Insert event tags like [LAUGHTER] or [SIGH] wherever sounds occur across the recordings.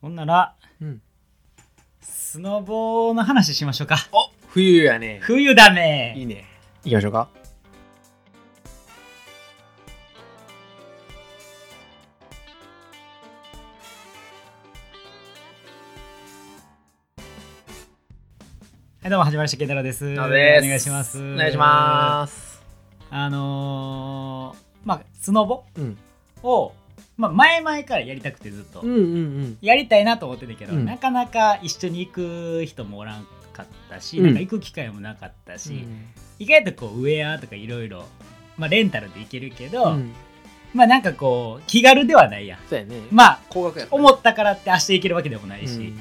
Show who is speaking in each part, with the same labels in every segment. Speaker 1: ほんなら、
Speaker 2: うん
Speaker 1: スノボーの話しましょうか。
Speaker 2: お冬やね
Speaker 1: 冬だ
Speaker 2: い
Speaker 1: ね
Speaker 2: いね行きましょうか
Speaker 1: はい、どうも、始まりました。ケンタロウです。
Speaker 2: なおです
Speaker 1: お願いします。
Speaker 2: お願いします
Speaker 1: す。あのー、まあ、スノボ
Speaker 2: うん
Speaker 1: を、まあ、前々からやりたくてずっと。
Speaker 2: うんうん
Speaker 1: やりたいなと思ってたけど、
Speaker 2: うん
Speaker 1: なかなか一緒に行く人もおらんかったし、
Speaker 2: うん
Speaker 1: なんか行く機会もなかったし、意外とこうウェアとかいろいろまあレンタルで行けるけ
Speaker 2: う
Speaker 1: ど、
Speaker 2: んうん
Speaker 1: まあなんかこう気軽ではないやん
Speaker 2: そうやね
Speaker 1: まあ
Speaker 2: 高額や
Speaker 1: 思ったからって明日行けるわけでもないし、
Speaker 2: し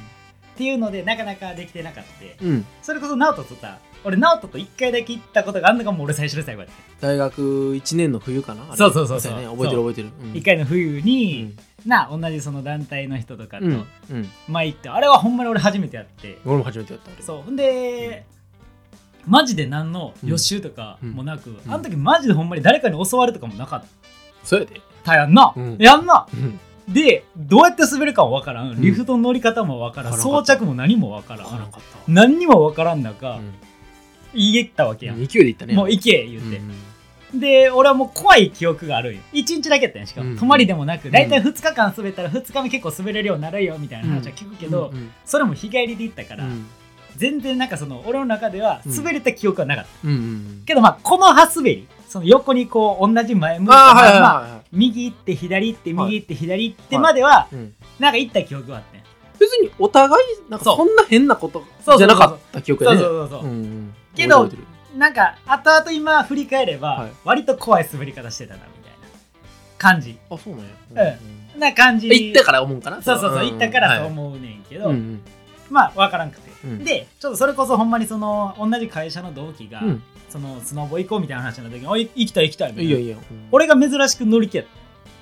Speaker 1: っていうのでなかなかできてなかった
Speaker 2: うん
Speaker 1: それこそ直人とさ俺直人と一回だけ行ったことがあんのかも俺最初の最後やって
Speaker 2: 大学一年の冬かなあれ
Speaker 1: そうそうそうそう
Speaker 2: やね覚えてる覚えてるうん
Speaker 1: 一回の冬
Speaker 2: う
Speaker 1: に
Speaker 2: ん、
Speaker 1: な同じその団体の人とかと、
Speaker 2: うんうん
Speaker 1: まあ行ってあれはほんまに俺初めてやって、
Speaker 2: 俺も初めてやった俺
Speaker 1: そうほんで、マジで何の予習とかもなく、
Speaker 2: うん
Speaker 1: あの時マジでほんまに誰かに教わるとかもなかっ
Speaker 2: そうやで
Speaker 1: たやんな、
Speaker 2: うん
Speaker 1: やんな
Speaker 2: うん
Speaker 1: でどうやって滑るかもわからん
Speaker 2: ん
Speaker 1: リフトの乗り方もわからん、
Speaker 2: わからんか
Speaker 1: 装
Speaker 2: った
Speaker 1: 着も何もわからん、
Speaker 2: わからんかった
Speaker 1: 何にもわからん中、
Speaker 2: うん
Speaker 1: 言えたわけやん、
Speaker 2: 勢いで行ったね
Speaker 1: もう行け言って、
Speaker 2: うん
Speaker 1: で俺はもう怖い記憶があるんよ1日だけやったんやしかも、
Speaker 2: うん
Speaker 1: 泊まりでもなく
Speaker 2: ん
Speaker 1: 大体2日間滑ったら2日目結構滑れるようになるよみたいな話は聞くけど、
Speaker 2: うんうん
Speaker 1: それも日帰りで行ったから、
Speaker 2: うん
Speaker 1: 全然なんかその俺の中では滑れた記憶はなかった、
Speaker 2: うんうん
Speaker 1: けどまあこの刃滑りその横にこう同じ前向いて
Speaker 2: ああはいはい
Speaker 1: まあ
Speaker 2: はいは
Speaker 1: 右行って左行って
Speaker 2: はい
Speaker 1: 右行って左行ってまでは、
Speaker 2: いうん
Speaker 1: なんか行った記憶はあってん
Speaker 2: 別にお互いなんか
Speaker 1: そう
Speaker 2: そんな変なこと
Speaker 1: そうそうそう
Speaker 2: じゃなかった記憶
Speaker 1: そ
Speaker 2: や
Speaker 1: う
Speaker 2: ね
Speaker 1: そうそうそう、
Speaker 2: うんうん
Speaker 1: けど
Speaker 2: 覚えてる
Speaker 1: なんか後々今振り返れば、
Speaker 2: はい
Speaker 1: 割と怖い滑り方してたなみたいな感じ
Speaker 2: あそうなんや
Speaker 1: な感じ
Speaker 2: うん行ったから思うかな
Speaker 1: そうそうそう行ったからそう
Speaker 2: う
Speaker 1: 思うねんけ
Speaker 2: け
Speaker 1: ど、まあ分からんくて、
Speaker 2: うん
Speaker 1: でちょっとそれこそほんまにその同じ会社の同期が、
Speaker 2: うん
Speaker 1: そのスノボ行こうみたいな話の時に「おい行きたい行きたい」みたい
Speaker 2: い
Speaker 1: な
Speaker 2: やいや
Speaker 1: 俺が珍しく乗り気やっ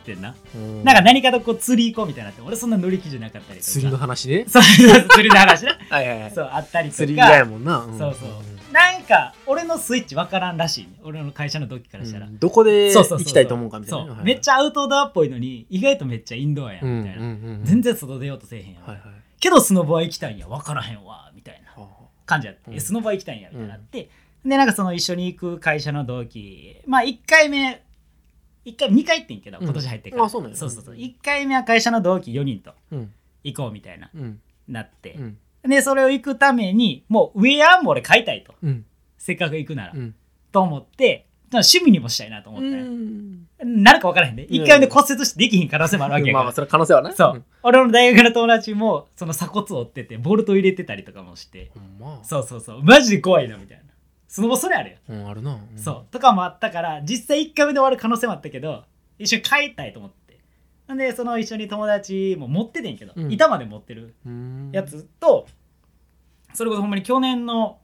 Speaker 1: てんな
Speaker 2: うん
Speaker 1: なんか何かとこう釣り行こうみたいになって俺そんな乗り気じゃなかったりとか
Speaker 2: 釣りの話ね
Speaker 1: [LAUGHS] そうそう釣りの話
Speaker 2: [LAUGHS]
Speaker 1: な
Speaker 2: はいはいはい
Speaker 1: そうあったりと
Speaker 2: 釣り嫌や
Speaker 1: か
Speaker 2: もんな
Speaker 1: そうそうなんか俺のスイッチ分からんらしいね俺の会社の同期からしたら、
Speaker 2: うんどこで
Speaker 1: そうそうそう
Speaker 2: 行きたいと思うかみたいな
Speaker 1: そうめっち
Speaker 2: ゃ
Speaker 1: ゃアウトドアっぽいのに意外とめっちゃインドアや
Speaker 2: うんうん
Speaker 1: みた
Speaker 2: う
Speaker 1: いな、
Speaker 2: ん
Speaker 1: 全然外出ようとせえへんやん、
Speaker 2: はいはい
Speaker 1: けどスノボは行きたいんや分からへんわみたいな
Speaker 2: は
Speaker 1: 感じやって、
Speaker 2: うん
Speaker 1: スノボは行きたいんやみたいになって、でなんかその一緒に行く会社の同期まあ1回目1回2回行ってんけど
Speaker 2: うん
Speaker 1: 今年入ってから、
Speaker 2: あそうなんや
Speaker 1: そうそうそう1回目は会社の同期4人と
Speaker 2: あうん
Speaker 1: 行こうみたいな
Speaker 2: うん
Speaker 1: なって
Speaker 2: う、ん
Speaker 1: でそれを行くためにもうウェアも俺買いたいと
Speaker 2: うん
Speaker 1: せっかく行くなら、
Speaker 2: うん
Speaker 1: と思って趣味にもしたいなと思
Speaker 2: う
Speaker 1: ったんや
Speaker 2: ん
Speaker 1: なるか分からへんで、ね、1回目で骨折してできひん可能性もあるわけや
Speaker 2: ま
Speaker 1: か
Speaker 2: あ
Speaker 1: ら、
Speaker 2: まあそれは可能性はね
Speaker 1: そう、俺の大学の友達もその鎖骨折っててボルト入れてたりとかもして
Speaker 2: ほんま
Speaker 1: そうそうそうマジで怖いなみたいなその後それあるよ、
Speaker 2: うんあるな
Speaker 1: そうとかもあったから実際1回目で終わる可能性もあったけど一緒に帰りたいと思ってなんでその一緒に友達も持っててんけど、
Speaker 2: うん
Speaker 1: 板まで持ってる
Speaker 2: うん
Speaker 1: やつと、それこそほんまに去年の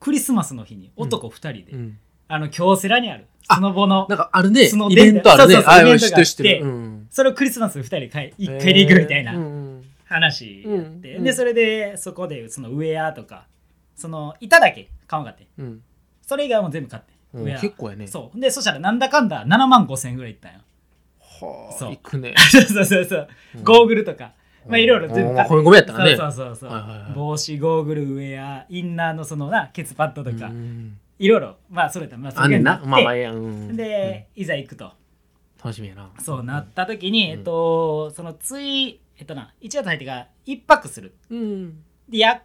Speaker 1: クリスマスの日に男2人で、
Speaker 2: うん
Speaker 1: あの京セラにあるスノボの
Speaker 2: なんかあるね
Speaker 1: その
Speaker 2: イベントあるね
Speaker 1: そうそうそう
Speaker 2: あ
Speaker 1: イベン
Speaker 2: あ
Speaker 1: ト
Speaker 2: 知
Speaker 1: が
Speaker 2: っ
Speaker 1: あって
Speaker 2: てる知ってるうん
Speaker 1: それをクリスマス2人かい1回で行くみたい
Speaker 2: えー
Speaker 1: な
Speaker 2: うん
Speaker 1: 話やって、
Speaker 2: うんうん
Speaker 1: でそれでそこでそのウェアとかその板だけ買わんかって
Speaker 2: うん
Speaker 1: それ以外はもう全部買って、
Speaker 2: うん
Speaker 1: ウェア
Speaker 2: 結構やね
Speaker 1: そうでそしたらなんだかんだ7万5千円ぐらいい
Speaker 2: [LAUGHS]
Speaker 1: ったんよ
Speaker 2: はあ
Speaker 1: そう
Speaker 2: 行くね
Speaker 1: そうそうそうそうゴー
Speaker 2: グ
Speaker 1: グルとか、まあいろいろ全部買って
Speaker 2: ごめんごめんやったらね
Speaker 1: そうそうそうそう、
Speaker 2: はいはいはい
Speaker 1: 帽子ゴーグルウェアインナーのそのなケツパッドとか、
Speaker 2: うん
Speaker 1: いろいろまあそれとまあそ
Speaker 2: あん
Speaker 1: れ
Speaker 2: ねん
Speaker 1: にな
Speaker 2: な
Speaker 1: って
Speaker 2: まあまあええやんうん
Speaker 1: で、いざ行くと
Speaker 2: うん楽しみやな
Speaker 1: そうなった時に、
Speaker 2: うん
Speaker 1: えっとそのついえっとな1月入ってから1泊する
Speaker 2: うん
Speaker 1: でや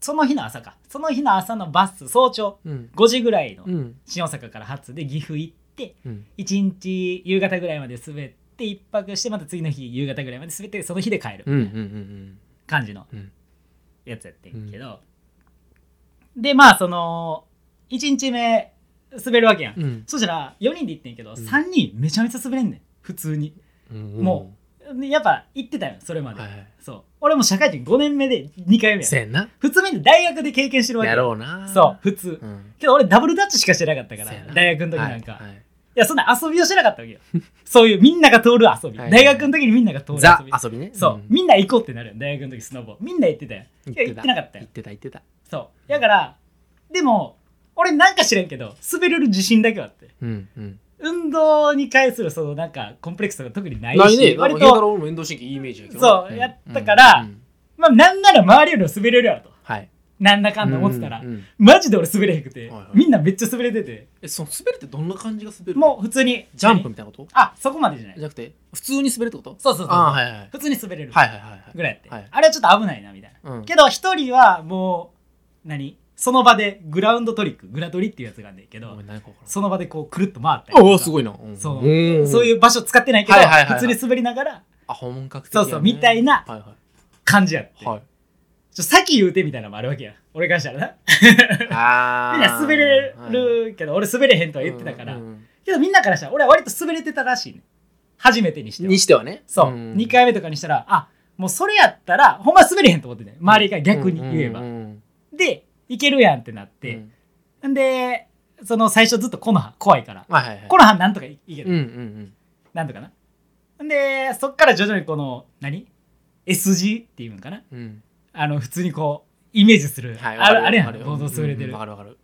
Speaker 1: その日の朝かその日の朝のバス早朝
Speaker 2: うん
Speaker 1: 5時ぐらいの
Speaker 2: うん
Speaker 1: 新大阪から発で岐阜行って
Speaker 2: うん
Speaker 1: 1日夕方ぐらいまで滑って1泊してまた次の日夕方ぐらいまで滑ってその日で帰
Speaker 2: うんうん
Speaker 1: る
Speaker 2: うん
Speaker 1: 感じの
Speaker 2: うん
Speaker 1: やつやってんけど、でまあその1日目滑るわけやん、
Speaker 2: うん
Speaker 1: そしたら4人で行ってんけど、
Speaker 2: ん
Speaker 1: 3人めちゃめちゃ滑れんねん普通に
Speaker 2: うん
Speaker 1: もでやっぱ行ってたよそれまで、
Speaker 2: はいはい
Speaker 1: そう俺も社会人5年目で2回目やん
Speaker 2: せやんな
Speaker 1: 普通に大学で経験してるわけ
Speaker 2: やろうな
Speaker 1: そう普通、
Speaker 2: うん
Speaker 1: けど俺ダブルダッチしかしてなかったか
Speaker 2: せや
Speaker 1: ら
Speaker 2: な
Speaker 1: 大学の時なんか、
Speaker 2: はい
Speaker 1: い
Speaker 2: はい
Speaker 1: やそんな遊びをしてなかったわけよ [LAUGHS] そういうみんなが通る遊び、
Speaker 2: はい
Speaker 1: 大学の時にみんなが通る
Speaker 2: ザ
Speaker 1: 遊び
Speaker 2: 遊びね
Speaker 1: そう、みんな行こうってなるよ大学の時スノボみんな行ってたよ
Speaker 2: 行
Speaker 1: いや行ってなかったよ
Speaker 2: 行ってた行ってた
Speaker 1: そうだからでも俺なんか知らんけど滑れる自信だけはあって
Speaker 2: うんうん
Speaker 1: 運動に対するそのなんかコンプレックスとか特にないし
Speaker 2: ないね。なん
Speaker 1: 割
Speaker 2: か、平太
Speaker 1: と、
Speaker 2: 郎も運動神経いいイメージやけど。
Speaker 1: そうんやったから
Speaker 2: うんうん
Speaker 1: まあ、なんなら周りよりも滑れるやろと
Speaker 2: はい。
Speaker 1: なんだかんだ思ってたら、
Speaker 2: うんうん
Speaker 1: マジで俺滑れへんくて、
Speaker 2: はいはい
Speaker 1: みんなめっちゃ滑れてて
Speaker 2: え、その滑るってどんな感じが滑る
Speaker 1: もう普通に
Speaker 2: ジャンプみたいなこと
Speaker 1: あそこまでじゃない
Speaker 2: じゃなくて、普通に滑るってこと
Speaker 1: そうそうそう、
Speaker 2: ああ、はいはいはい。
Speaker 1: 普通に滑れる
Speaker 2: はいはいはいはい。
Speaker 1: ぐらいやって、
Speaker 2: はい
Speaker 1: あれはちょっと危ないなみたいな、
Speaker 2: うん
Speaker 1: けど一人はもう何その場でグラウンドトリックグラトリっていうやつがあんねんけ
Speaker 2: ご
Speaker 1: ど
Speaker 2: めん何か分からん
Speaker 1: その場でこうくるっと回ったりとか
Speaker 2: おおすごいな。ん
Speaker 1: そうんそういう場所使ってないけど、
Speaker 2: はいはいはいはい
Speaker 1: 普通に滑りながら
Speaker 2: あ、本格的
Speaker 1: そ
Speaker 2: や
Speaker 1: う
Speaker 2: ね。
Speaker 1: そうみたいな
Speaker 2: はいは
Speaker 1: 感じやって、
Speaker 2: い。はい。
Speaker 1: ちょ先言うてみたいなのもあるわけや俺からしたらな
Speaker 2: あ
Speaker 1: み
Speaker 2: ー
Speaker 1: んな滑れるけど、俺滑れへんとは言ってたから、
Speaker 2: うんうん
Speaker 1: けどみんなからしたら俺は割と滑れてたらしいね初めてにしては
Speaker 2: にしてはね。
Speaker 1: そう、
Speaker 2: ん
Speaker 1: 2回目とかにしたらあもうそれやったらほんま滑れへんと思ってね周りが逆に言えば、
Speaker 2: うんうん
Speaker 1: でいけるやんってなっ
Speaker 2: うん
Speaker 1: て、んでその最初ずっとコノハ怖いから
Speaker 2: はいはいはい。
Speaker 1: コノハなんとかいいけ
Speaker 2: う
Speaker 1: る、
Speaker 2: んうん
Speaker 1: なんとかなんでそっから徐々にこの何 S 字っていうんかな
Speaker 2: うんうん。
Speaker 1: あの普通にこうイメージする、
Speaker 2: はい
Speaker 1: あるあれや
Speaker 2: わ
Speaker 1: ん
Speaker 2: かる
Speaker 1: どうぞ滑れて
Speaker 2: うん
Speaker 1: る、
Speaker 2: わかるわかる。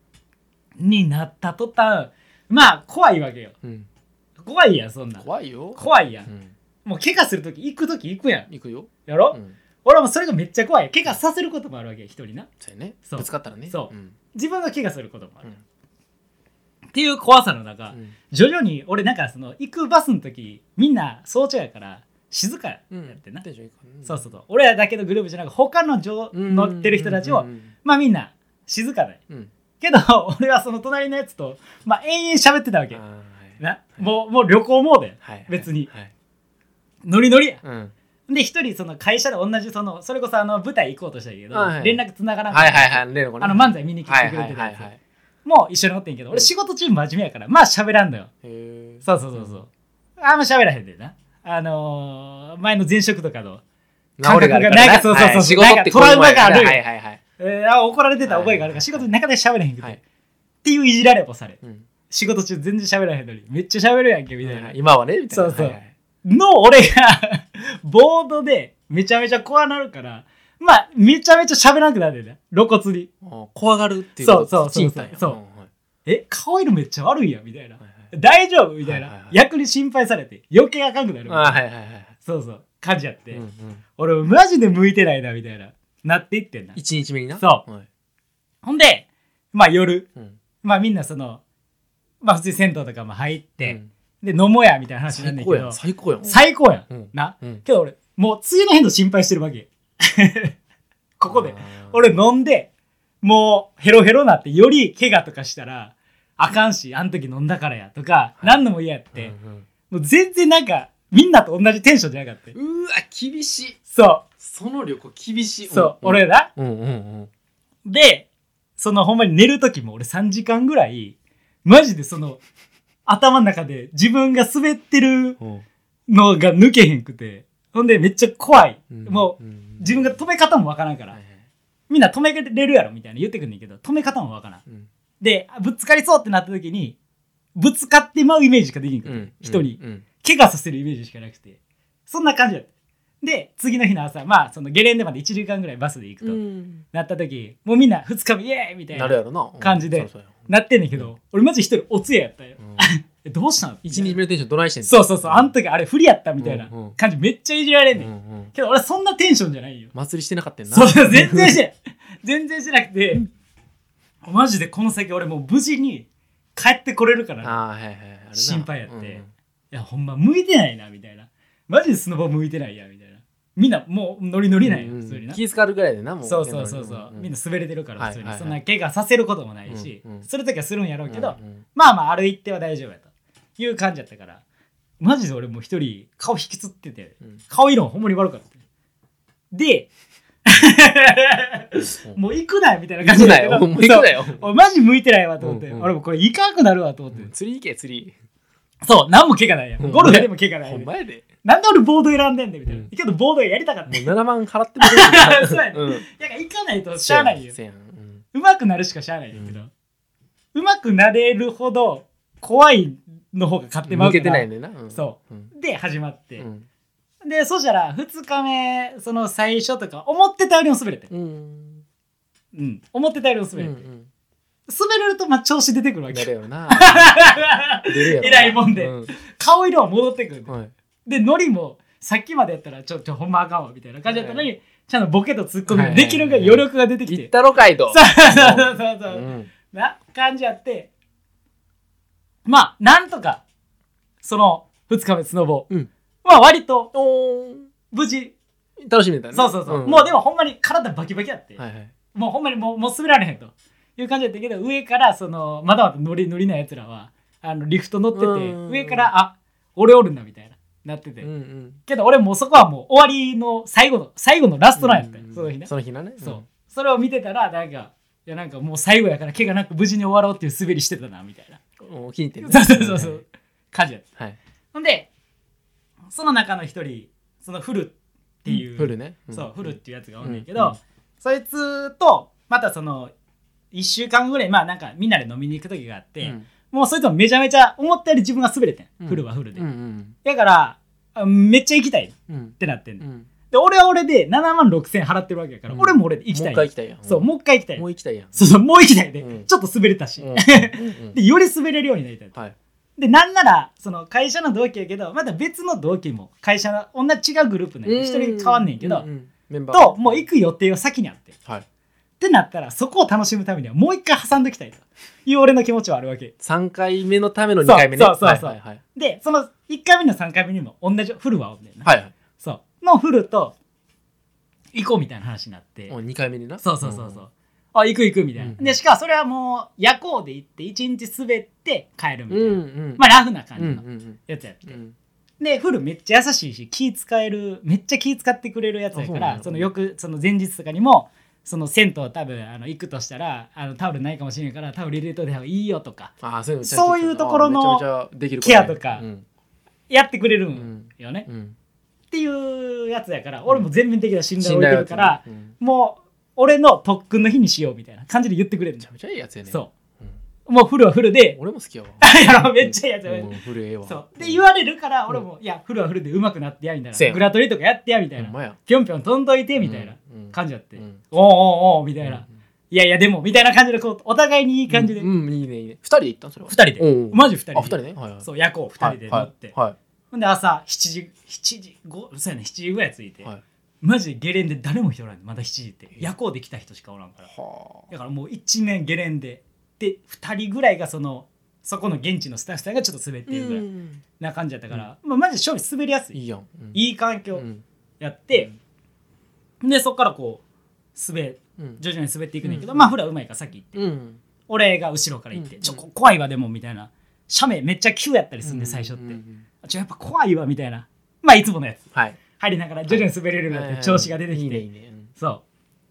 Speaker 1: になった途端まあ怖いわけよ
Speaker 2: うん
Speaker 1: 怖いやんそんなん
Speaker 2: 怖いよ。
Speaker 1: 怖いやん、
Speaker 2: うん
Speaker 1: もう怪我するとき行くとき行くやん
Speaker 2: 行くよ。
Speaker 1: やろ、
Speaker 2: うん
Speaker 1: 俺はもうそれがめっちゃ怖い怪我させることもあるわけよ一人な
Speaker 2: そうやね。
Speaker 1: そう
Speaker 2: ぶつかったらね。
Speaker 1: そうん自分が怪我することもある、
Speaker 2: うん
Speaker 1: っていう怖さの中、
Speaker 2: うん
Speaker 1: 徐々に俺なんかその行くバスの時みんな早朝やから静かやってな、
Speaker 2: テンションいいからね
Speaker 1: そうそうそう俺らだけのグループじゃなく他の乗
Speaker 2: うん
Speaker 1: 乗ってる人たち
Speaker 2: う
Speaker 1: も
Speaker 2: んうん
Speaker 1: まあみんな静かだよ
Speaker 2: うん
Speaker 1: けど [LAUGHS] 俺はその隣のやつとまあ延々喋ってたわ
Speaker 2: あ
Speaker 1: け
Speaker 2: ーはい
Speaker 1: なもうもう旅行モードや
Speaker 2: はいはい
Speaker 1: 別に
Speaker 2: はい
Speaker 1: ノリノリや
Speaker 2: うんはい
Speaker 1: で一人その会社で同じそのそれこそあの舞台行こうとしたんやけど、
Speaker 2: はいはい
Speaker 1: 連絡つながらんから
Speaker 2: はいはい例の子ね
Speaker 1: あの漫才見に来
Speaker 2: は
Speaker 1: て
Speaker 2: い
Speaker 1: く
Speaker 2: は
Speaker 1: れ
Speaker 2: い
Speaker 1: てた
Speaker 2: はい
Speaker 1: や
Speaker 2: はい
Speaker 1: つもう一緒におってんけど俺仕事中真面目やからまあ喋らんのよ
Speaker 2: へー
Speaker 1: そうそうそうそうあんま喋らへんでなあのー前の前職とかの、
Speaker 2: 治りがあるから
Speaker 1: 感覚がな
Speaker 2: ね
Speaker 1: いそうそうそう
Speaker 2: はい仕事ってこういうもんやから
Speaker 1: なんかトラウマがある
Speaker 2: はいはいはい
Speaker 1: えーあ怒られてた覚えがあるから仕事の中で喋らへんくて、っていういじられもされ
Speaker 2: うん
Speaker 1: 仕事中全然喋らへんのにめっちゃ喋るやんけみたいな、
Speaker 2: 今はねみたいな
Speaker 1: そうそう
Speaker 2: はいはい
Speaker 1: の俺が [LAUGHS] ボードでめちゃめちゃ怖なるからまあめちゃめちゃ喋らなくなるんだよね露骨に
Speaker 2: あ怖がるっていうこと
Speaker 1: そうそうそう
Speaker 2: チンさんや
Speaker 1: そう
Speaker 2: うんはい
Speaker 1: え顔色めっちゃ悪いやんみたいな
Speaker 2: はいはい
Speaker 1: 大丈夫みたいな、
Speaker 2: はいはいはい
Speaker 1: 逆に心配されて余計あかんくなる
Speaker 2: あーはいはいはいはい
Speaker 1: そうそう感じやって、
Speaker 2: うんうん
Speaker 1: 俺マジで向いてないなみたいななっていってんな
Speaker 2: 一日目にな
Speaker 1: そ
Speaker 2: はい
Speaker 1: ほんでまあ夜
Speaker 2: うん
Speaker 1: まあみんなそのまあ普通に銭湯とかも入っ
Speaker 2: う
Speaker 1: て、
Speaker 2: ん
Speaker 1: で飲もうやみたいな話になんね
Speaker 2: 最
Speaker 1: んけ
Speaker 2: 高や
Speaker 1: ど
Speaker 2: ん最高やん
Speaker 1: 最高やん、
Speaker 2: うん
Speaker 1: な、
Speaker 2: うん
Speaker 1: けど俺もう次の変動心配してるわけ [LAUGHS] ここで
Speaker 2: あー
Speaker 1: 俺飲んでもうヘロヘロなってより怪我とかしたらあかんしあん時飲んだからやとか何のも嫌やって、
Speaker 2: うん
Speaker 1: もう全然なんかみんなと同じテンションじゃなかった
Speaker 2: うんうわ厳しい
Speaker 1: そ
Speaker 2: その旅行厳し
Speaker 1: う
Speaker 2: い
Speaker 1: そう、俺な
Speaker 2: うんうんうん
Speaker 1: で、そのほんまに寝る時も俺3時間ぐらい、マジでその、頭の中で自分が滑ってる
Speaker 2: うん
Speaker 1: のが抜けへんくて、ほんでめっちゃ怖い。
Speaker 2: うん
Speaker 1: もう、
Speaker 2: ん
Speaker 1: 自分が止め方もわからんから、
Speaker 2: はいはい
Speaker 1: みんな止めれるやろみたいな言ってくんねんけど、止め方もわからん。
Speaker 2: うん
Speaker 1: で、あぶつかりそうってなった時に、ぶつかってまうイメージしかできんくて、人に、
Speaker 2: うん
Speaker 1: 怪我させるイメージしかなくて、そんな感じだった。で、次の日の朝、まあ、そのゲレンデまで1時間ぐらいバスで行くと、
Speaker 2: うん
Speaker 1: なった時、もうみんな2日目、イエーイみたい
Speaker 2: なるやろな
Speaker 1: 感じで
Speaker 2: うんそうそう
Speaker 1: なってんねんけど、俺マジ一人お通夜やったよ
Speaker 2: う。ん
Speaker 1: え、どうしたの
Speaker 2: 一日目のテンションどないしてんの
Speaker 1: そうそうそう、あん時あれ不利やったみたいな
Speaker 2: うんうん
Speaker 1: 感じめっちゃいじられん
Speaker 2: うん
Speaker 1: ねん。
Speaker 2: うん
Speaker 1: けど俺そんなテンションじゃないよ。
Speaker 2: 祭りしてなかったよな
Speaker 1: そうそう、全然してない。全然してなくて、マジでこの先俺もう無事に帰ってこれるから、
Speaker 2: あーはいはいはいあれな
Speaker 1: 心配やって
Speaker 2: うんうん
Speaker 1: いやほんま向いてないな、みたいな。マジでスノボ向いてないや、みたいな。みんなもうノリノリなんよ、
Speaker 2: うん
Speaker 1: 普通にな。
Speaker 2: 気遣うぐらいでなも
Speaker 1: そうそうそうそう、みんな
Speaker 2: 好
Speaker 1: 滑れてるから普通に、
Speaker 2: はいはいはい
Speaker 1: そんな怪我させることもないし、
Speaker 2: うんうん
Speaker 1: するときはするんやろう
Speaker 2: だ
Speaker 1: けど、まあまあ歩いては大丈夫やという感じやったからマジで俺もう一人顔引きつってて顔色もほんまに悪かったでもう行くなよみたいな感
Speaker 2: 行く
Speaker 1: じ
Speaker 2: な
Speaker 1: だけど
Speaker 2: よもう行くなよ
Speaker 1: そう俺マジ向いてないわと思って、
Speaker 2: うんうん
Speaker 1: 俺もこれ行かなくなるわと思って、
Speaker 2: うん釣り行け釣り
Speaker 1: そう何も怪我ないやん
Speaker 2: うん
Speaker 1: ゴルフでも怪我ない
Speaker 2: ほ
Speaker 1: やん
Speaker 2: んまやで
Speaker 1: なんで俺ボード選んでんねんみたいな、
Speaker 2: うん
Speaker 1: けどボードやりたかった
Speaker 2: もう7万払っても
Speaker 1: [LAUGHS]
Speaker 2: ら
Speaker 1: そうやね
Speaker 2: うん
Speaker 1: だから行かないとしゃあないよ
Speaker 2: せやんせやんうん
Speaker 1: うまくなるしかしゃあないんだけどうま、上手くなれるほど怖いの方が勝手まう
Speaker 2: 抜
Speaker 1: か
Speaker 2: けて
Speaker 1: ら
Speaker 2: ないねんなうん
Speaker 1: そ
Speaker 2: うん
Speaker 1: で始まって、
Speaker 2: うん
Speaker 1: でそしたら2日目その最初とか思ってたよりも滑れて
Speaker 2: うん
Speaker 1: うん思ってたよりも滑れて、
Speaker 2: うん
Speaker 1: 滑れるとまあ調子出てくるわ
Speaker 2: な
Speaker 1: け
Speaker 2: るよな
Speaker 1: [LAUGHS] 偉
Speaker 2: 出るやろ
Speaker 1: いもんで、
Speaker 2: うん
Speaker 1: [LAUGHS] 顔色は戻ってくる、
Speaker 2: はい
Speaker 1: でノリもさっきまでやったらちょちょほんまあかんわみたいな感じだったのに、ちゃんとボケとツッコミ
Speaker 2: はい
Speaker 1: ができるが余力が出てき、
Speaker 2: 行ってたろかいと
Speaker 1: そうそうそうそう、
Speaker 2: うん
Speaker 1: な感じやってまあなんとかその2日目スノボ、
Speaker 2: うん
Speaker 1: まあ割と
Speaker 2: おー
Speaker 1: 無事
Speaker 2: 楽しみだね
Speaker 1: そうそうそう、
Speaker 2: ん
Speaker 1: もうでもほんまに体バキバキやって、
Speaker 2: はいはい
Speaker 1: もうほんまにもうもう滑られへんという感じだったけど上からそのまだまだノリノリなやつらはあのリフト乗ってて
Speaker 2: うん
Speaker 1: 上からあ俺おるんだみたいななってて、
Speaker 2: うんうん
Speaker 1: けど俺もうそこはもう終わりの最後の最後のラストなんやったよ
Speaker 2: うん
Speaker 1: その日ね
Speaker 2: その日なね
Speaker 1: そう、それを見てたらなんかいやなんかもう最後やから怪我なく無事に終わろうっていう滑りしてたなみたいな
Speaker 2: うんお気に入ってる
Speaker 1: そうそうそうそう感じやった
Speaker 2: はい
Speaker 1: ほんでその中の一人そのフルっていう、
Speaker 2: フルね
Speaker 1: そうフルっていうやつがおんねんけ
Speaker 2: うん
Speaker 1: ど、
Speaker 2: うん
Speaker 1: そいつとまたその1週間ぐらいまあなんかみんなで飲みに行く時があって、
Speaker 2: うん
Speaker 1: もうそいつもめちゃめちゃ思ったより自分が滑れてん、
Speaker 2: うん
Speaker 1: フルはフルで、
Speaker 2: うんうん
Speaker 1: だからあめっちゃ行きたいっ
Speaker 2: うん
Speaker 1: てなってんねん、
Speaker 2: うん
Speaker 1: で俺は俺で7万6千払ってるわけやから、
Speaker 2: うん
Speaker 1: 俺も俺で行きたい
Speaker 2: もう一回行きたいやん
Speaker 1: そうもう一回行きたい
Speaker 2: もう行きたいやん
Speaker 1: そうそうもう行きたいで、
Speaker 2: うん
Speaker 1: ちょっと滑れたし、
Speaker 2: うんう
Speaker 1: [LAUGHS]
Speaker 2: ん
Speaker 1: でより滑れるようになりたい
Speaker 2: はい
Speaker 1: でなんならその会社の同期やけどまた別の同期も会社の同じ違うグループね一人変わんねんけど、
Speaker 2: うううメンバー
Speaker 1: ともう行く予定が先にあって
Speaker 2: はい
Speaker 1: ってなったらそこを楽しむためにはもう一回挟んできたいという俺の気持ちはあるわけ
Speaker 2: 3回目のための2回目ね
Speaker 1: そうそうそうそう
Speaker 2: はいはい
Speaker 1: でその1回目の3回目にも同じフルはおんねんな、
Speaker 2: はいはい
Speaker 1: そうのフルと行こうみたいな話になって、
Speaker 2: もう2回目にな
Speaker 1: そうそうそうそうう、あ行く行くみたいな、
Speaker 2: うん
Speaker 1: でしかもそれはもう夜行で行って1日滑って帰るみたいな、
Speaker 2: んうん
Speaker 1: まあラフな感
Speaker 2: うん
Speaker 1: じ
Speaker 2: う
Speaker 1: の
Speaker 2: ん
Speaker 1: やつやって、
Speaker 2: うんうん
Speaker 1: でフルめっちゃ優しいし気使えるめっちゃ気使ってくれるやつや
Speaker 2: あそ
Speaker 1: か
Speaker 2: うなん
Speaker 1: ら
Speaker 2: や
Speaker 1: そのよくその前日とかにもその銭湯多分あの行くとしたらあのタオルないかもしれんからタオル入れといた方がいいよとか
Speaker 2: ああそういうの
Speaker 1: そういうところの
Speaker 2: めちゃめちゃできる
Speaker 1: ケアとか
Speaker 2: うん
Speaker 1: やってくれるんよね、
Speaker 2: う
Speaker 1: っ
Speaker 2: ん
Speaker 1: ていうやつやから俺も全面的な信頼を
Speaker 2: 信
Speaker 1: 置いて
Speaker 2: 頼を
Speaker 1: るから、
Speaker 2: うん
Speaker 1: もう俺の特訓の日にしようみたいな感じで言ってくれるん
Speaker 2: め
Speaker 1: じ
Speaker 2: ち
Speaker 1: ゃん
Speaker 2: ゃめちゃいいやつやね
Speaker 1: そ
Speaker 2: うん
Speaker 1: うもうフルはフルで
Speaker 2: 俺も好きやわ
Speaker 1: や [LAUGHS] ろめっちゃいいやつやね
Speaker 2: うんフルええわ
Speaker 1: そうで言われるから俺も、いやフルはフルで上手くなってやみたい
Speaker 2: せ
Speaker 1: な
Speaker 2: や
Speaker 1: グラトリとかやってやみたい
Speaker 2: ほんま
Speaker 1: な
Speaker 2: や
Speaker 1: ぴょんぴょん飛んどいてみたいな
Speaker 2: うんうん
Speaker 1: 感じやって、
Speaker 2: うん
Speaker 1: おうおうおうみたいな、いやいやでもみたいな感じでこうお互いにいい感じで、
Speaker 2: う
Speaker 1: 二
Speaker 2: んうんいいねいいね2人で行ったんそれは
Speaker 1: 人で、
Speaker 2: おうおう
Speaker 1: マジ二人で
Speaker 2: あ二人ねはいはい
Speaker 1: そう夜行二人で乗って、
Speaker 2: はい
Speaker 1: ほんで朝7時7時5そうやね7時ぐらい着いて、
Speaker 2: はいはい
Speaker 1: マジでゲレンデ誰も人おらんねまだ7時って
Speaker 2: え
Speaker 1: 夜行で来た人しかおらんから
Speaker 2: はあ
Speaker 1: だからもう一面ゲレンデで二人ぐらいがそのそこの現地のスタッフさんがちょっと滑ってるぐらい
Speaker 2: うん
Speaker 1: な感じやったから、まあ、マジで勝負滑りやすい
Speaker 2: いいやんうん
Speaker 1: いい環境
Speaker 2: うん
Speaker 1: やって、でそこからこう滑
Speaker 2: うん
Speaker 1: 徐々に滑っていくねんけど、
Speaker 2: うん
Speaker 1: まあフラうまいから先行って、
Speaker 2: うん
Speaker 1: 俺が後ろから行って、
Speaker 2: うん
Speaker 1: ちょこ怖いわでもみたいな斜面めっちゃ急やったりするんで、最初って、
Speaker 2: うんうんうん
Speaker 1: ちょやっぱ怖いわみたいなまあいつものやつ
Speaker 2: はい
Speaker 1: 入りながら徐々に滑れるようになって調子が出てきて、
Speaker 2: いいねいいね
Speaker 1: そ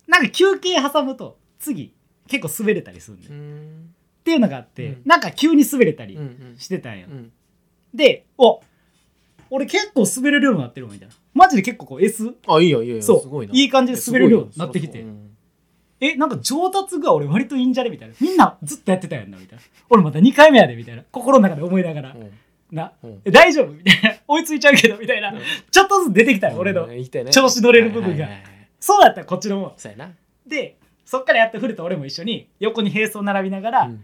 Speaker 1: うなんか休憩挟むと次結構滑れたりするんで、
Speaker 2: う
Speaker 1: っ
Speaker 2: ん
Speaker 1: ていうのがあって、
Speaker 2: うん
Speaker 1: なんか急に滑れたり
Speaker 2: うんうん
Speaker 1: してたんよ、
Speaker 2: うん
Speaker 1: でお俺結構滑れるようになってるわみたいなマジで結構こう S
Speaker 2: あいいよいいよ
Speaker 1: そう
Speaker 2: すごいない
Speaker 1: い感じで滑れるようになってきて
Speaker 2: すごいようん
Speaker 1: えなんか上達が俺割といいんじゃねみたいなみんなずっとやってたやんなみたいな俺また2回目やでみたいな心の中で思いながら、
Speaker 2: うん
Speaker 1: な、
Speaker 2: うん
Speaker 1: え大丈夫みたいな追いついちゃうけどみたいな、ちょっとずつ出てきたよ、俺の
Speaker 2: うん言いたいね
Speaker 1: 調子乗れる部分が
Speaker 2: はいはいはいはい
Speaker 1: そうだったらこっちのも
Speaker 2: そうやな、
Speaker 1: でそっからやってフルと俺も一緒に横に並走並びながら、
Speaker 2: うん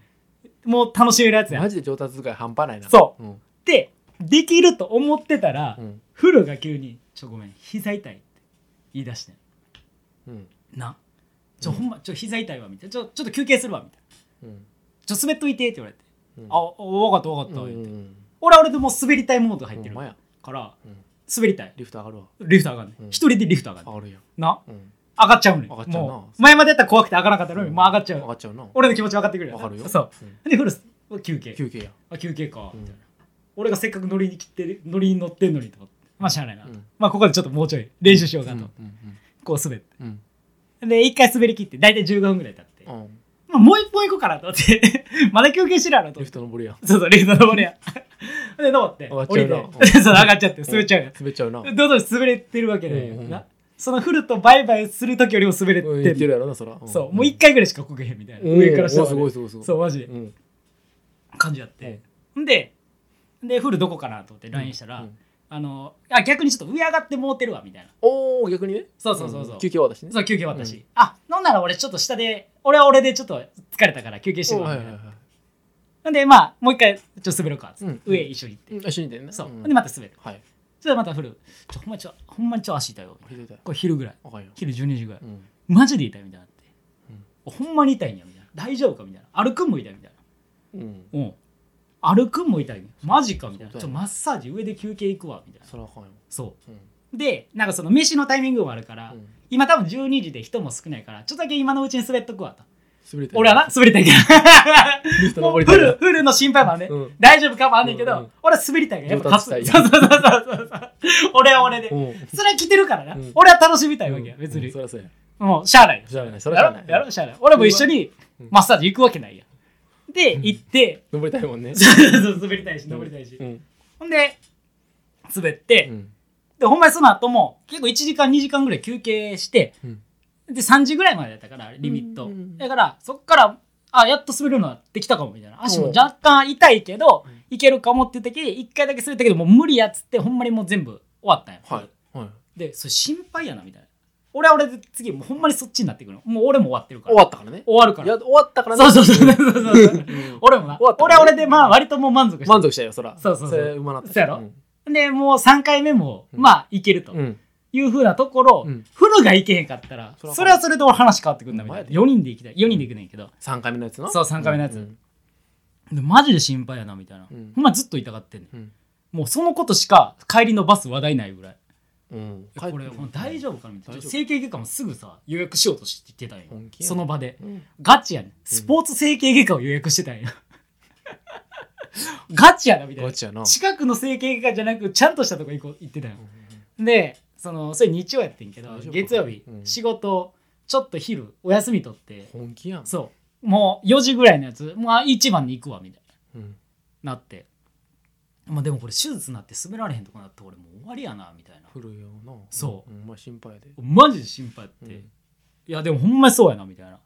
Speaker 1: もう楽しめるやつや
Speaker 2: マ
Speaker 1: っ
Speaker 2: ジで上達が半端ないな、
Speaker 1: そう
Speaker 2: ん
Speaker 1: てできると思ってたら、
Speaker 2: うん
Speaker 1: フルが急に「ちょごめん膝痛い」って言い出して
Speaker 2: うん
Speaker 1: なちょ、
Speaker 2: うん
Speaker 1: ほんまちょ膝痛いわみたいなちょちょっと休憩するわみたいな
Speaker 2: うん
Speaker 1: ちょ滑っといてって言われて
Speaker 2: うん
Speaker 1: 「あお分かった分かった」
Speaker 2: う
Speaker 1: 言って、
Speaker 2: ん
Speaker 1: 俺は俺でもう滑りたいモード入ってる
Speaker 2: ほんまや
Speaker 1: から
Speaker 2: うん
Speaker 1: 滑りたい
Speaker 2: リフト上がるわ
Speaker 1: リフト上がんね、
Speaker 2: うん
Speaker 1: 一人でリフト上がんね
Speaker 2: 上がるやん、
Speaker 1: な
Speaker 2: うん、
Speaker 1: 上がっちゃうねん
Speaker 2: 上がっちゃうな
Speaker 1: もう前までやったら怖くて上がらなかったのに、もう上がっちゃう
Speaker 2: 上がっちゃうな
Speaker 1: 俺の気持ち分かってくる
Speaker 2: わかるよ
Speaker 1: そう、
Speaker 2: うん
Speaker 1: でフルス休憩
Speaker 2: 休憩や
Speaker 1: あ休憩か、
Speaker 2: うん
Speaker 1: みたいな俺がせっかく乗りに来てる乗りに乗ってんのにと思ってまあしゃあないな、
Speaker 2: うん
Speaker 1: まあここでちょっともうちょい練習しようかと、
Speaker 2: うんうん
Speaker 1: こう滑って
Speaker 2: うん
Speaker 1: で一回滑り切って大体15分ぐらい経って、
Speaker 2: うんうん
Speaker 1: まあ、もう一本行こうかなと思って [LAUGHS] まだ休憩してるやろと思っ
Speaker 2: リ
Speaker 1: て
Speaker 2: フト登るやん
Speaker 1: そうそうリフト登りや [LAUGHS] で登って
Speaker 2: 上がっ
Speaker 1: 降
Speaker 2: ちゃ
Speaker 1: り
Speaker 2: うな
Speaker 1: て [LAUGHS] そう上がっちゃって滑っちゃうやん
Speaker 2: 滑っちゃうな
Speaker 1: どんどん滑れてるわけで、
Speaker 2: うんうん
Speaker 1: なそのフルとバイバイする時よりも滑れて
Speaker 2: うん
Speaker 1: る
Speaker 2: 言ってるやろなそら、ん
Speaker 1: そうもう1回ぐらいしかこけへんみたいな、
Speaker 2: うん
Speaker 1: 上から下まで
Speaker 2: おーすごいすごいすごい
Speaker 1: そうマジで、
Speaker 2: うん
Speaker 1: 感じやって、ん、ででフルどこかなと思って LINE したら、
Speaker 2: うん
Speaker 1: あのあ逆にちょっと上上がってもうてるわみたいな
Speaker 2: おお逆にね
Speaker 1: そうそうそうそう、
Speaker 2: ん休憩は私ね
Speaker 1: そう休憩終わったし、
Speaker 2: うん
Speaker 1: あなんなら俺ちょっと下で俺は俺でちょっと疲れたから休憩してく
Speaker 2: お
Speaker 1: る
Speaker 2: う
Speaker 1: みた
Speaker 2: はいい
Speaker 1: な
Speaker 2: はいは
Speaker 1: ほんでまあもう一回ちょっと滑ろうかっつって、
Speaker 2: うん
Speaker 1: 上一緒に行って、
Speaker 2: い。一緒に出んね。
Speaker 1: そう、
Speaker 2: ん
Speaker 1: ほんでまた滑る
Speaker 2: はい。
Speaker 1: それでまた降るちょほんまちょほんまにちょ足痛いわ
Speaker 2: ひどいだよ。
Speaker 1: これ昼ぐらい
Speaker 2: わかんよ。
Speaker 1: 昼12時ぐらい、
Speaker 2: うん。
Speaker 1: マジで痛いみたいになって、ほんまに痛いんやみたいな大丈夫かみたいな歩くんも痛いみたい
Speaker 2: うん。
Speaker 1: なうん歩くんも痛いんやマジかみたいなち
Speaker 2: そ
Speaker 1: ょ
Speaker 2: う
Speaker 1: っと
Speaker 2: だ
Speaker 1: マ
Speaker 2: よ
Speaker 1: ッサージ上で休憩行くわみたいな
Speaker 2: それはあかんよ。
Speaker 1: そ
Speaker 2: うん。
Speaker 1: うでなんかその飯のタイミングもあるから、
Speaker 2: うん
Speaker 1: 今多分12時で人も少ないからちょっとだけ今のうちに滑っとくわと
Speaker 2: 滑れてる
Speaker 1: 俺はな滑りたいから
Speaker 2: リフト
Speaker 1: もう
Speaker 2: 登
Speaker 1: フ
Speaker 2: りたいな
Speaker 1: ルフルの心配もあんね、
Speaker 2: うん
Speaker 1: 大丈夫かもあんねんけど、
Speaker 2: うんうん
Speaker 1: 俺は滑りたいからやっぱ勝つ
Speaker 2: 上達し
Speaker 1: そうそうそうそうそう俺は俺で、
Speaker 2: うん。
Speaker 1: それは来てるからな、
Speaker 2: うん
Speaker 1: 俺は楽しみたいわけや、別
Speaker 2: うん
Speaker 1: に
Speaker 2: そ、りゃそうや。
Speaker 1: もうしゃあないよ
Speaker 2: しゃあない。そ
Speaker 1: や
Speaker 2: りゃしゃあ
Speaker 1: ろ
Speaker 2: ない。
Speaker 1: やろしゃあない俺も一緒に
Speaker 2: うん
Speaker 1: マッサージ行くわけないやんで行って、 [LAUGHS]
Speaker 2: 登りたいもんね。
Speaker 1: そう滑りたいし登りたいし、
Speaker 2: うん。
Speaker 1: ほんで滑って、
Speaker 2: うん。
Speaker 1: でほんまにその後も結構1時間2時間ぐらい休憩して
Speaker 2: うん。
Speaker 1: で3時ぐらいまでだったからリミット、
Speaker 2: うんうんうん
Speaker 1: だからそっからあやっと滑るのはできたかもみたいな足も
Speaker 2: おう
Speaker 1: 若干痛いけど
Speaker 2: うん
Speaker 1: いけるかもっていう時1回だけ滑ったけどもう無理やっつってほんまにもう全部終わったんや、
Speaker 2: はい。はい。
Speaker 1: でそれ心配やなみたいな俺は俺で次もうほんまにそっちになってくるのもう俺も終わってるから
Speaker 2: 終わったからね。
Speaker 1: 終わるか
Speaker 2: い
Speaker 1: ら
Speaker 2: や、終わったからね。
Speaker 1: そうそうそうそうそうそう
Speaker 2: うん
Speaker 1: 俺もな
Speaker 2: 終わった
Speaker 1: 俺は俺でまあ割ともう満足して
Speaker 2: 満足したよ、そら。
Speaker 1: そうそうそう
Speaker 2: れ、うまなった。
Speaker 1: そうやろ
Speaker 2: ん
Speaker 1: でもう3回目も
Speaker 2: うん
Speaker 1: まあいけると
Speaker 2: うん。
Speaker 1: いうふうなところ、
Speaker 2: うん
Speaker 1: フルがいけへんかったら
Speaker 2: そら
Speaker 1: それはそれで俺話変わってくるんだみたいな
Speaker 2: お前で
Speaker 1: 4人で行きたい4人で行くねんけど、
Speaker 2: 3回目のやつな。
Speaker 1: そう三回目のやつ
Speaker 2: うん
Speaker 1: でマジで心配やなみたいな、
Speaker 2: うん
Speaker 1: ほんまずっと痛がってんねん
Speaker 2: うん。
Speaker 1: もうそのことしか帰りのバス話題ないぐらい
Speaker 2: うん。
Speaker 1: これもう大
Speaker 2: 夫
Speaker 1: 丈夫かなみたいな
Speaker 2: 大丈夫
Speaker 1: 整形外科もすぐさ予約しようとしてたんよ
Speaker 2: 本気やん
Speaker 1: その場で
Speaker 2: うん
Speaker 1: ガチやねんスポーツ整形外科を予約してたんよ [LAUGHS] ガチやなみたいな
Speaker 2: ガチやな。
Speaker 1: 近くの整形外科じゃなくちゃんとしたとこ行こう行ってたよでそのそれ日曜やってんけど
Speaker 2: 大丈夫か
Speaker 1: 月曜日、
Speaker 2: うん
Speaker 1: 仕事ちょっと昼お休み取って
Speaker 2: 本気やん。
Speaker 1: そうもう4時ぐらいのやつまあ一番に行くわみたい
Speaker 2: うん。
Speaker 1: ななってまあでもこれ手術になって滑られへんとこなって俺もう終わりやなみたいな
Speaker 2: 古いよな。
Speaker 1: そう
Speaker 2: うん。まあ心配やで。
Speaker 1: マジで心配って、
Speaker 2: うん
Speaker 1: いやでもほんまにそうやなみたいな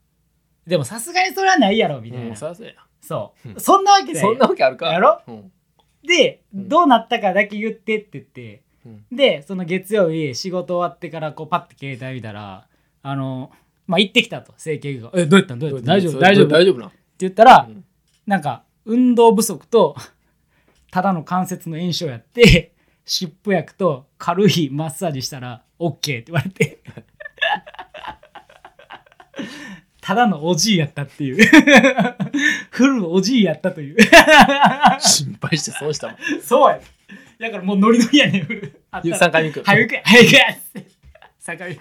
Speaker 1: でもさすがにそれはないやろみたいな、
Speaker 2: うん
Speaker 1: そ
Speaker 2: そりゃそうや。
Speaker 1: う、
Speaker 2: うん
Speaker 1: そんなわけないや
Speaker 2: そんなわけあるか。
Speaker 1: やろ
Speaker 2: うん。
Speaker 1: で、
Speaker 2: うん
Speaker 1: どうなったかだけ言ってって言って
Speaker 2: うん。
Speaker 1: でその月曜日仕事終わってからこうパッて携帯見たらあのまあ行ってきたと整形外科えどうやったんどうやったん大丈夫大丈夫って
Speaker 2: 大丈夫な。
Speaker 1: 言ったら、
Speaker 2: うん
Speaker 1: なんか運動不足とただの関節の炎症やって湿布薬と軽いマッサージしたら OK って言われてただのおじいやったっていう [LAUGHS] フルおじいやったという
Speaker 2: [LAUGHS]
Speaker 1: [LAUGHS]
Speaker 2: 心配して損したもん。
Speaker 1: そうやねだからもうノリノリやねんフルあったら
Speaker 2: 3回目行く。
Speaker 1: 早くや早くや3回目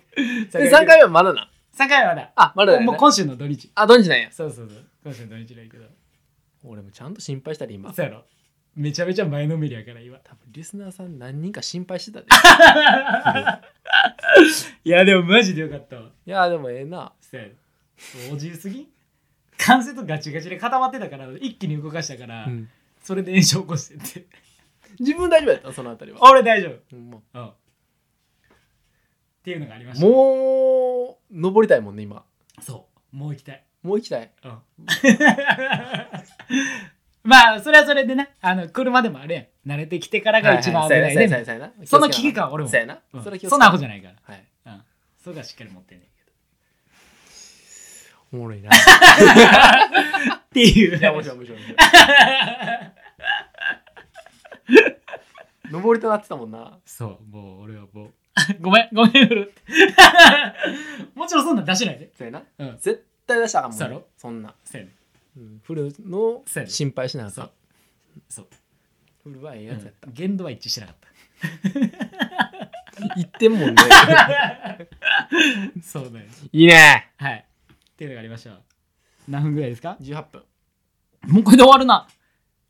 Speaker 2: で、3回目はまだな。
Speaker 1: 3回目はだ
Speaker 2: あ、まだだよね
Speaker 1: もう今週の土日
Speaker 2: あ、どんじなんや。
Speaker 1: そうそうそう今週の土日だけど
Speaker 2: 俺もちゃんと心配したで今。
Speaker 1: そうやろめちゃめちゃ前のめりやから今
Speaker 2: 多分リスナーさん何人か心配 [LAUGHS] してたで。
Speaker 1: いやでもマジでよかったわ
Speaker 2: いや、でもええな。
Speaker 1: そうやろおじいすぎん関節ガチガチで固まってたから一気に動かしたから、
Speaker 2: うん
Speaker 1: それで炎症起こしてって [LAUGHS]
Speaker 2: 自分大丈夫やったそのあたりは。
Speaker 1: 俺大丈
Speaker 2: うんまあ
Speaker 1: 夫うんっていうのがありました
Speaker 2: もう、登りたいもんね、今。
Speaker 1: そうもう行きたい
Speaker 2: もう行きたい。
Speaker 1: うんまあそれはそれでねあの車でもあるやん慣れてきてからが一番危ない
Speaker 2: そうやな
Speaker 1: ね
Speaker 2: そうやなそうやな
Speaker 1: その危機感俺も
Speaker 2: そうやな。
Speaker 1: うん
Speaker 2: それは気をつけ
Speaker 1: そんなアホじゃないか
Speaker 2: はい。
Speaker 1: ら、うん、それがしっかり持ってんねんけど
Speaker 2: おもろいな。
Speaker 1: っていう
Speaker 2: いや、面白い面白
Speaker 1: [LAUGHS]
Speaker 2: い。面白い登りとなってたもんな。
Speaker 1: そう、もう俺はもう。ごめん、ごめん、フル。もちろんそんなん出してないで。
Speaker 2: そうやな。
Speaker 1: うん。
Speaker 2: 絶対出したらあかんもん、
Speaker 1: そうやろ
Speaker 2: そんな。
Speaker 1: そうやね。
Speaker 2: うんフルの
Speaker 1: そうやね
Speaker 2: 心配しなあ
Speaker 1: そ
Speaker 2: か。
Speaker 1: うんそう。
Speaker 2: フルはええやつやった。
Speaker 1: 限度は一致してなかっ
Speaker 2: 言ってんもんね。
Speaker 1: た。そうだよ。
Speaker 2: [LAUGHS] いいね。
Speaker 1: はい。っていうのがありました。何分ぐらいですか
Speaker 2: 18分。
Speaker 1: もうこれで終わるな。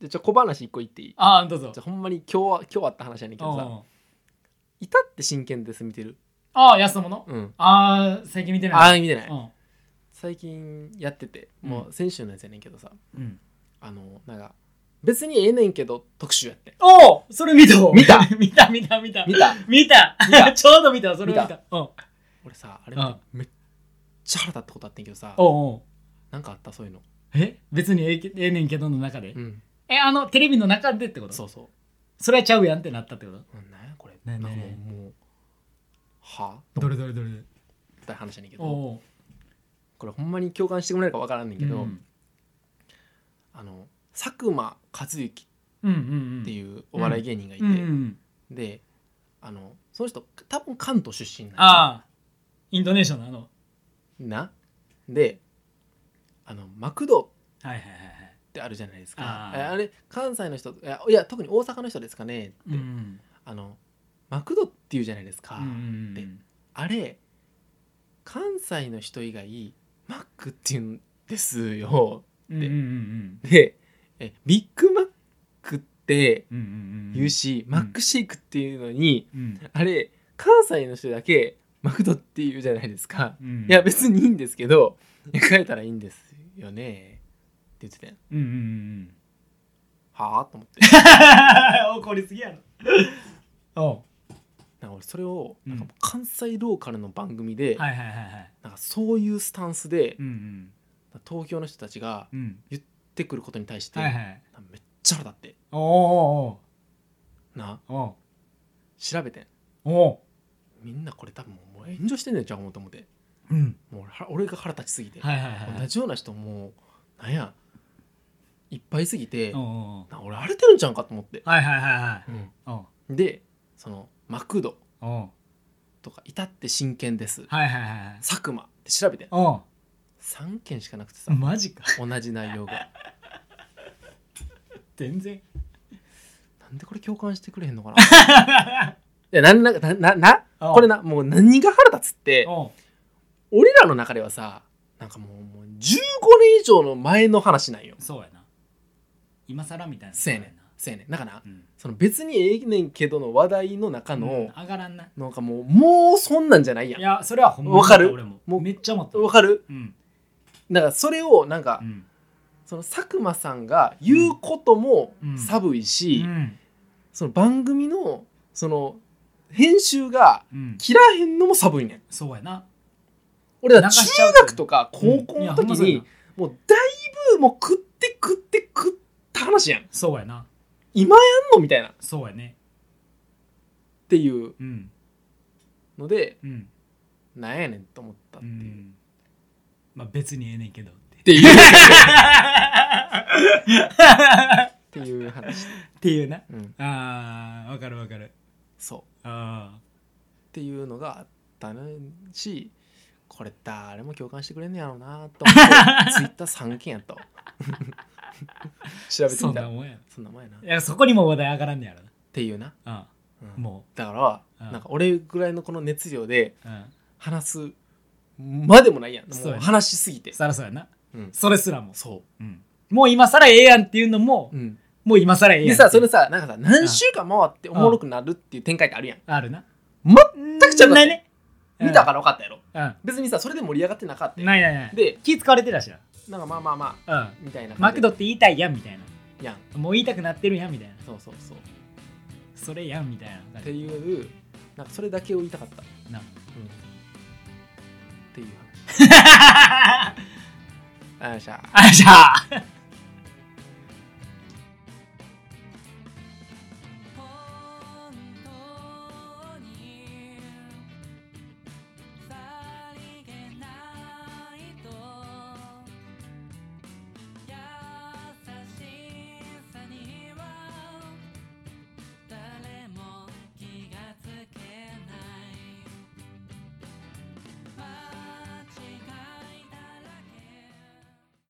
Speaker 2: じゃあちょ小話一個言っていい
Speaker 1: ああ、どうぞ
Speaker 2: じゃ。あほんまに今日は今日あった話やねんけどさ。
Speaker 1: あ
Speaker 2: 至って真剣です見てる。
Speaker 1: あー、安物
Speaker 2: うん。
Speaker 1: ああ、最近見てない。
Speaker 2: ああ、見てない。
Speaker 1: う
Speaker 2: 最近やってて、
Speaker 1: うん
Speaker 2: もう先週のやつやねんけどさ。
Speaker 1: ん。うん。
Speaker 2: あの、なんか、別にええねんけど特集やってん。
Speaker 1: おおそれ見た
Speaker 2: 見た
Speaker 1: [LAUGHS] 見た見た見た
Speaker 2: 見た
Speaker 1: 見た
Speaker 2: 見
Speaker 1: [LAUGHS]
Speaker 2: た
Speaker 1: ちょうど見たそれを見た
Speaker 2: 見
Speaker 1: うん。お
Speaker 2: 俺さ、あれ
Speaker 1: うん
Speaker 2: めっちゃ腹立ったことあってんけどさ。
Speaker 1: おう
Speaker 2: なんかあったそういうの。
Speaker 1: え別にええけええねんけどの中で
Speaker 2: うん。
Speaker 1: え、あの、テレビの中でってこと
Speaker 2: そうそう。
Speaker 1: それはちゃうやんってなったってこと
Speaker 2: うんなんやこれ。
Speaker 1: ね
Speaker 2: なんか
Speaker 1: ね
Speaker 2: もうもう。は
Speaker 1: どれどれどれどれ
Speaker 2: って話やねんけど。
Speaker 1: おう
Speaker 2: これほんまに共感してもらえるかわからんねんけど、
Speaker 1: うん
Speaker 2: あの佐久間一行
Speaker 1: うんうん
Speaker 2: って
Speaker 1: う
Speaker 2: いうお笑い芸人がいて、
Speaker 1: んうんうん
Speaker 2: であのその人多分関東出身なんや
Speaker 1: ああインドネーションのあの
Speaker 2: なであのマクド
Speaker 1: はいはいはいはい
Speaker 2: ってあるじゃないです
Speaker 1: あ
Speaker 2: か
Speaker 1: ー
Speaker 2: ああれ関西の人いやいや特に大阪の人ですかねって、
Speaker 1: うん
Speaker 2: あのマクドっていうじゃないですか、
Speaker 1: うんうんう
Speaker 2: で
Speaker 1: ん
Speaker 2: あれ関西の人以外マックって言うんですよ
Speaker 1: うんうんうん
Speaker 2: でえビッグマックって
Speaker 1: うんうんうん
Speaker 2: 言うし、マックシェイクっていうのに
Speaker 1: うん
Speaker 2: あれ関西の人だけマクドっていうじゃないですか、
Speaker 1: うん
Speaker 2: いや別にいいんですけど変えたらいいんですよねって言ってたやん
Speaker 1: うんうんうんうん
Speaker 2: はあと思って
Speaker 1: [LAUGHS] 怒りすぎやろお
Speaker 2: なんか俺それを
Speaker 1: うん
Speaker 2: なんかもう関西ローカルの番組で、
Speaker 1: はいはいはいはい
Speaker 2: なんかそういうスタンスで、
Speaker 1: うんうん
Speaker 2: 東京の人たちが言っ
Speaker 1: うん
Speaker 2: てくることに対して、
Speaker 1: はいはい
Speaker 2: なんかめっちゃ腹立って
Speaker 1: おお
Speaker 2: な
Speaker 1: おお
Speaker 2: 調べてん
Speaker 1: おお
Speaker 2: みんなこれ多分もう炎上してんねんちゃう思うと思って
Speaker 1: うん
Speaker 2: もう俺は俺が腹立ちすぎて、
Speaker 1: はいはいはい
Speaker 2: 同じような人もうなんやいっぱいすぎて、
Speaker 1: おうおう
Speaker 2: なんか俺荒れてるんちゃうんかと思って、
Speaker 1: はいはいはいはいおう
Speaker 2: でそのマクド
Speaker 1: おう
Speaker 2: とか至って真剣です、
Speaker 1: はいはいはいはい
Speaker 2: 佐久間って調べてん
Speaker 1: おう
Speaker 2: 3件しかなくてさ、
Speaker 1: マジか
Speaker 2: 同じ内容が
Speaker 1: [LAUGHS] 全然
Speaker 2: なんでこれ共感してくれへんのかない
Speaker 1: [LAUGHS]
Speaker 2: やなんなんかななな
Speaker 1: うん
Speaker 2: これなもう何が腹立つって
Speaker 1: おう
Speaker 2: 俺らの中ではさなんかもうもう15年以上の前の話なんよ
Speaker 1: そうやな今更みたいな
Speaker 2: せやねんせやねんだから
Speaker 1: うん
Speaker 2: その別にええねんけどの話題の中の、
Speaker 1: 上がらんな
Speaker 2: なんかもうもうそんなんじゃないや
Speaker 1: い
Speaker 2: ん
Speaker 1: やそれはほんまに
Speaker 2: わかる
Speaker 1: 俺も
Speaker 2: もう
Speaker 1: めっちゃ思った
Speaker 2: わかる
Speaker 1: うん
Speaker 2: だからそれをなんか、
Speaker 1: うん
Speaker 2: その佐久間さんが言うことも
Speaker 1: うん
Speaker 2: 寒いし、
Speaker 1: うん
Speaker 2: その番組のその編集が
Speaker 1: うん
Speaker 2: 切らへんのも寒いねん
Speaker 1: そうやな
Speaker 2: 俺
Speaker 1: 流
Speaker 2: ら中
Speaker 1: しちゃう
Speaker 2: 学とか高校
Speaker 1: うんいや
Speaker 2: の
Speaker 1: ほ
Speaker 2: 時
Speaker 1: んまそうや
Speaker 2: に
Speaker 1: な
Speaker 2: もうだいぶもう食って食って食った話やん
Speaker 1: そうやな
Speaker 2: 今やんのみたいなっ
Speaker 1: そうやね
Speaker 2: ていう
Speaker 1: うん
Speaker 2: ので
Speaker 1: うん
Speaker 2: なんやねんと思ったっ
Speaker 1: う
Speaker 2: ていう、っ
Speaker 1: んまあ別にええねんけどって
Speaker 2: ていうっていう話、
Speaker 1: っていうな
Speaker 2: うん、
Speaker 1: あーわかるわかる
Speaker 2: そう
Speaker 1: あ
Speaker 2: っていうのがあったねしこれ誰も共感してくれんねやろうな
Speaker 1: [LAUGHS]
Speaker 2: と思ってツイッター3件やと調
Speaker 1: あ
Speaker 2: べて
Speaker 1: そ
Speaker 2: み
Speaker 1: ん
Speaker 2: た
Speaker 1: な
Speaker 2: ら
Speaker 1: もんやろ
Speaker 2: そんなもんやなっ
Speaker 1: いやそこにも話題上がらんねやろ
Speaker 2: ていうな、
Speaker 1: な
Speaker 2: う
Speaker 1: うん
Speaker 2: ん
Speaker 1: も
Speaker 2: だから、
Speaker 1: うん
Speaker 2: なんか俺ぐらいのこの熱量で
Speaker 1: ううん
Speaker 2: 話すまでもないやん
Speaker 1: そう
Speaker 2: もう
Speaker 1: やな
Speaker 2: 話しすぎて
Speaker 1: さらそうやな
Speaker 2: うん
Speaker 1: それすらも
Speaker 2: そ
Speaker 1: うんもう今更ええやんっていうのも
Speaker 2: う、うん、
Speaker 1: もう今更ええやん
Speaker 2: で
Speaker 1: っていう
Speaker 2: さそれさなんかさ何週間回っておもろくなるっていう展開ってあるやん
Speaker 1: あるな
Speaker 2: 全くちゃうかっ
Speaker 1: な
Speaker 2: たや
Speaker 1: い
Speaker 2: ん
Speaker 1: ね
Speaker 2: 見た
Speaker 1: か
Speaker 2: から分かったやろ
Speaker 1: ら
Speaker 2: 別にさそれで盛り上がってなかった
Speaker 1: う
Speaker 2: や
Speaker 1: ん
Speaker 2: ん
Speaker 1: ないないない
Speaker 2: で
Speaker 1: 気使われてたしな
Speaker 2: なんかまあまあまあ
Speaker 1: うん
Speaker 2: みたいな
Speaker 1: マ
Speaker 2: 感
Speaker 1: ク
Speaker 2: じ
Speaker 1: ドって言いたいやんみたいな
Speaker 2: やん
Speaker 1: もう言いたくなってるやんみたいな
Speaker 2: そうそうそう
Speaker 1: それやんみたいな
Speaker 2: っ
Speaker 1: 感
Speaker 2: て
Speaker 1: じ
Speaker 2: いうなんかそれだけを言いたかった、
Speaker 1: な [LAUGHS]
Speaker 2: っていう話あよっしゃ
Speaker 1: あじゃあ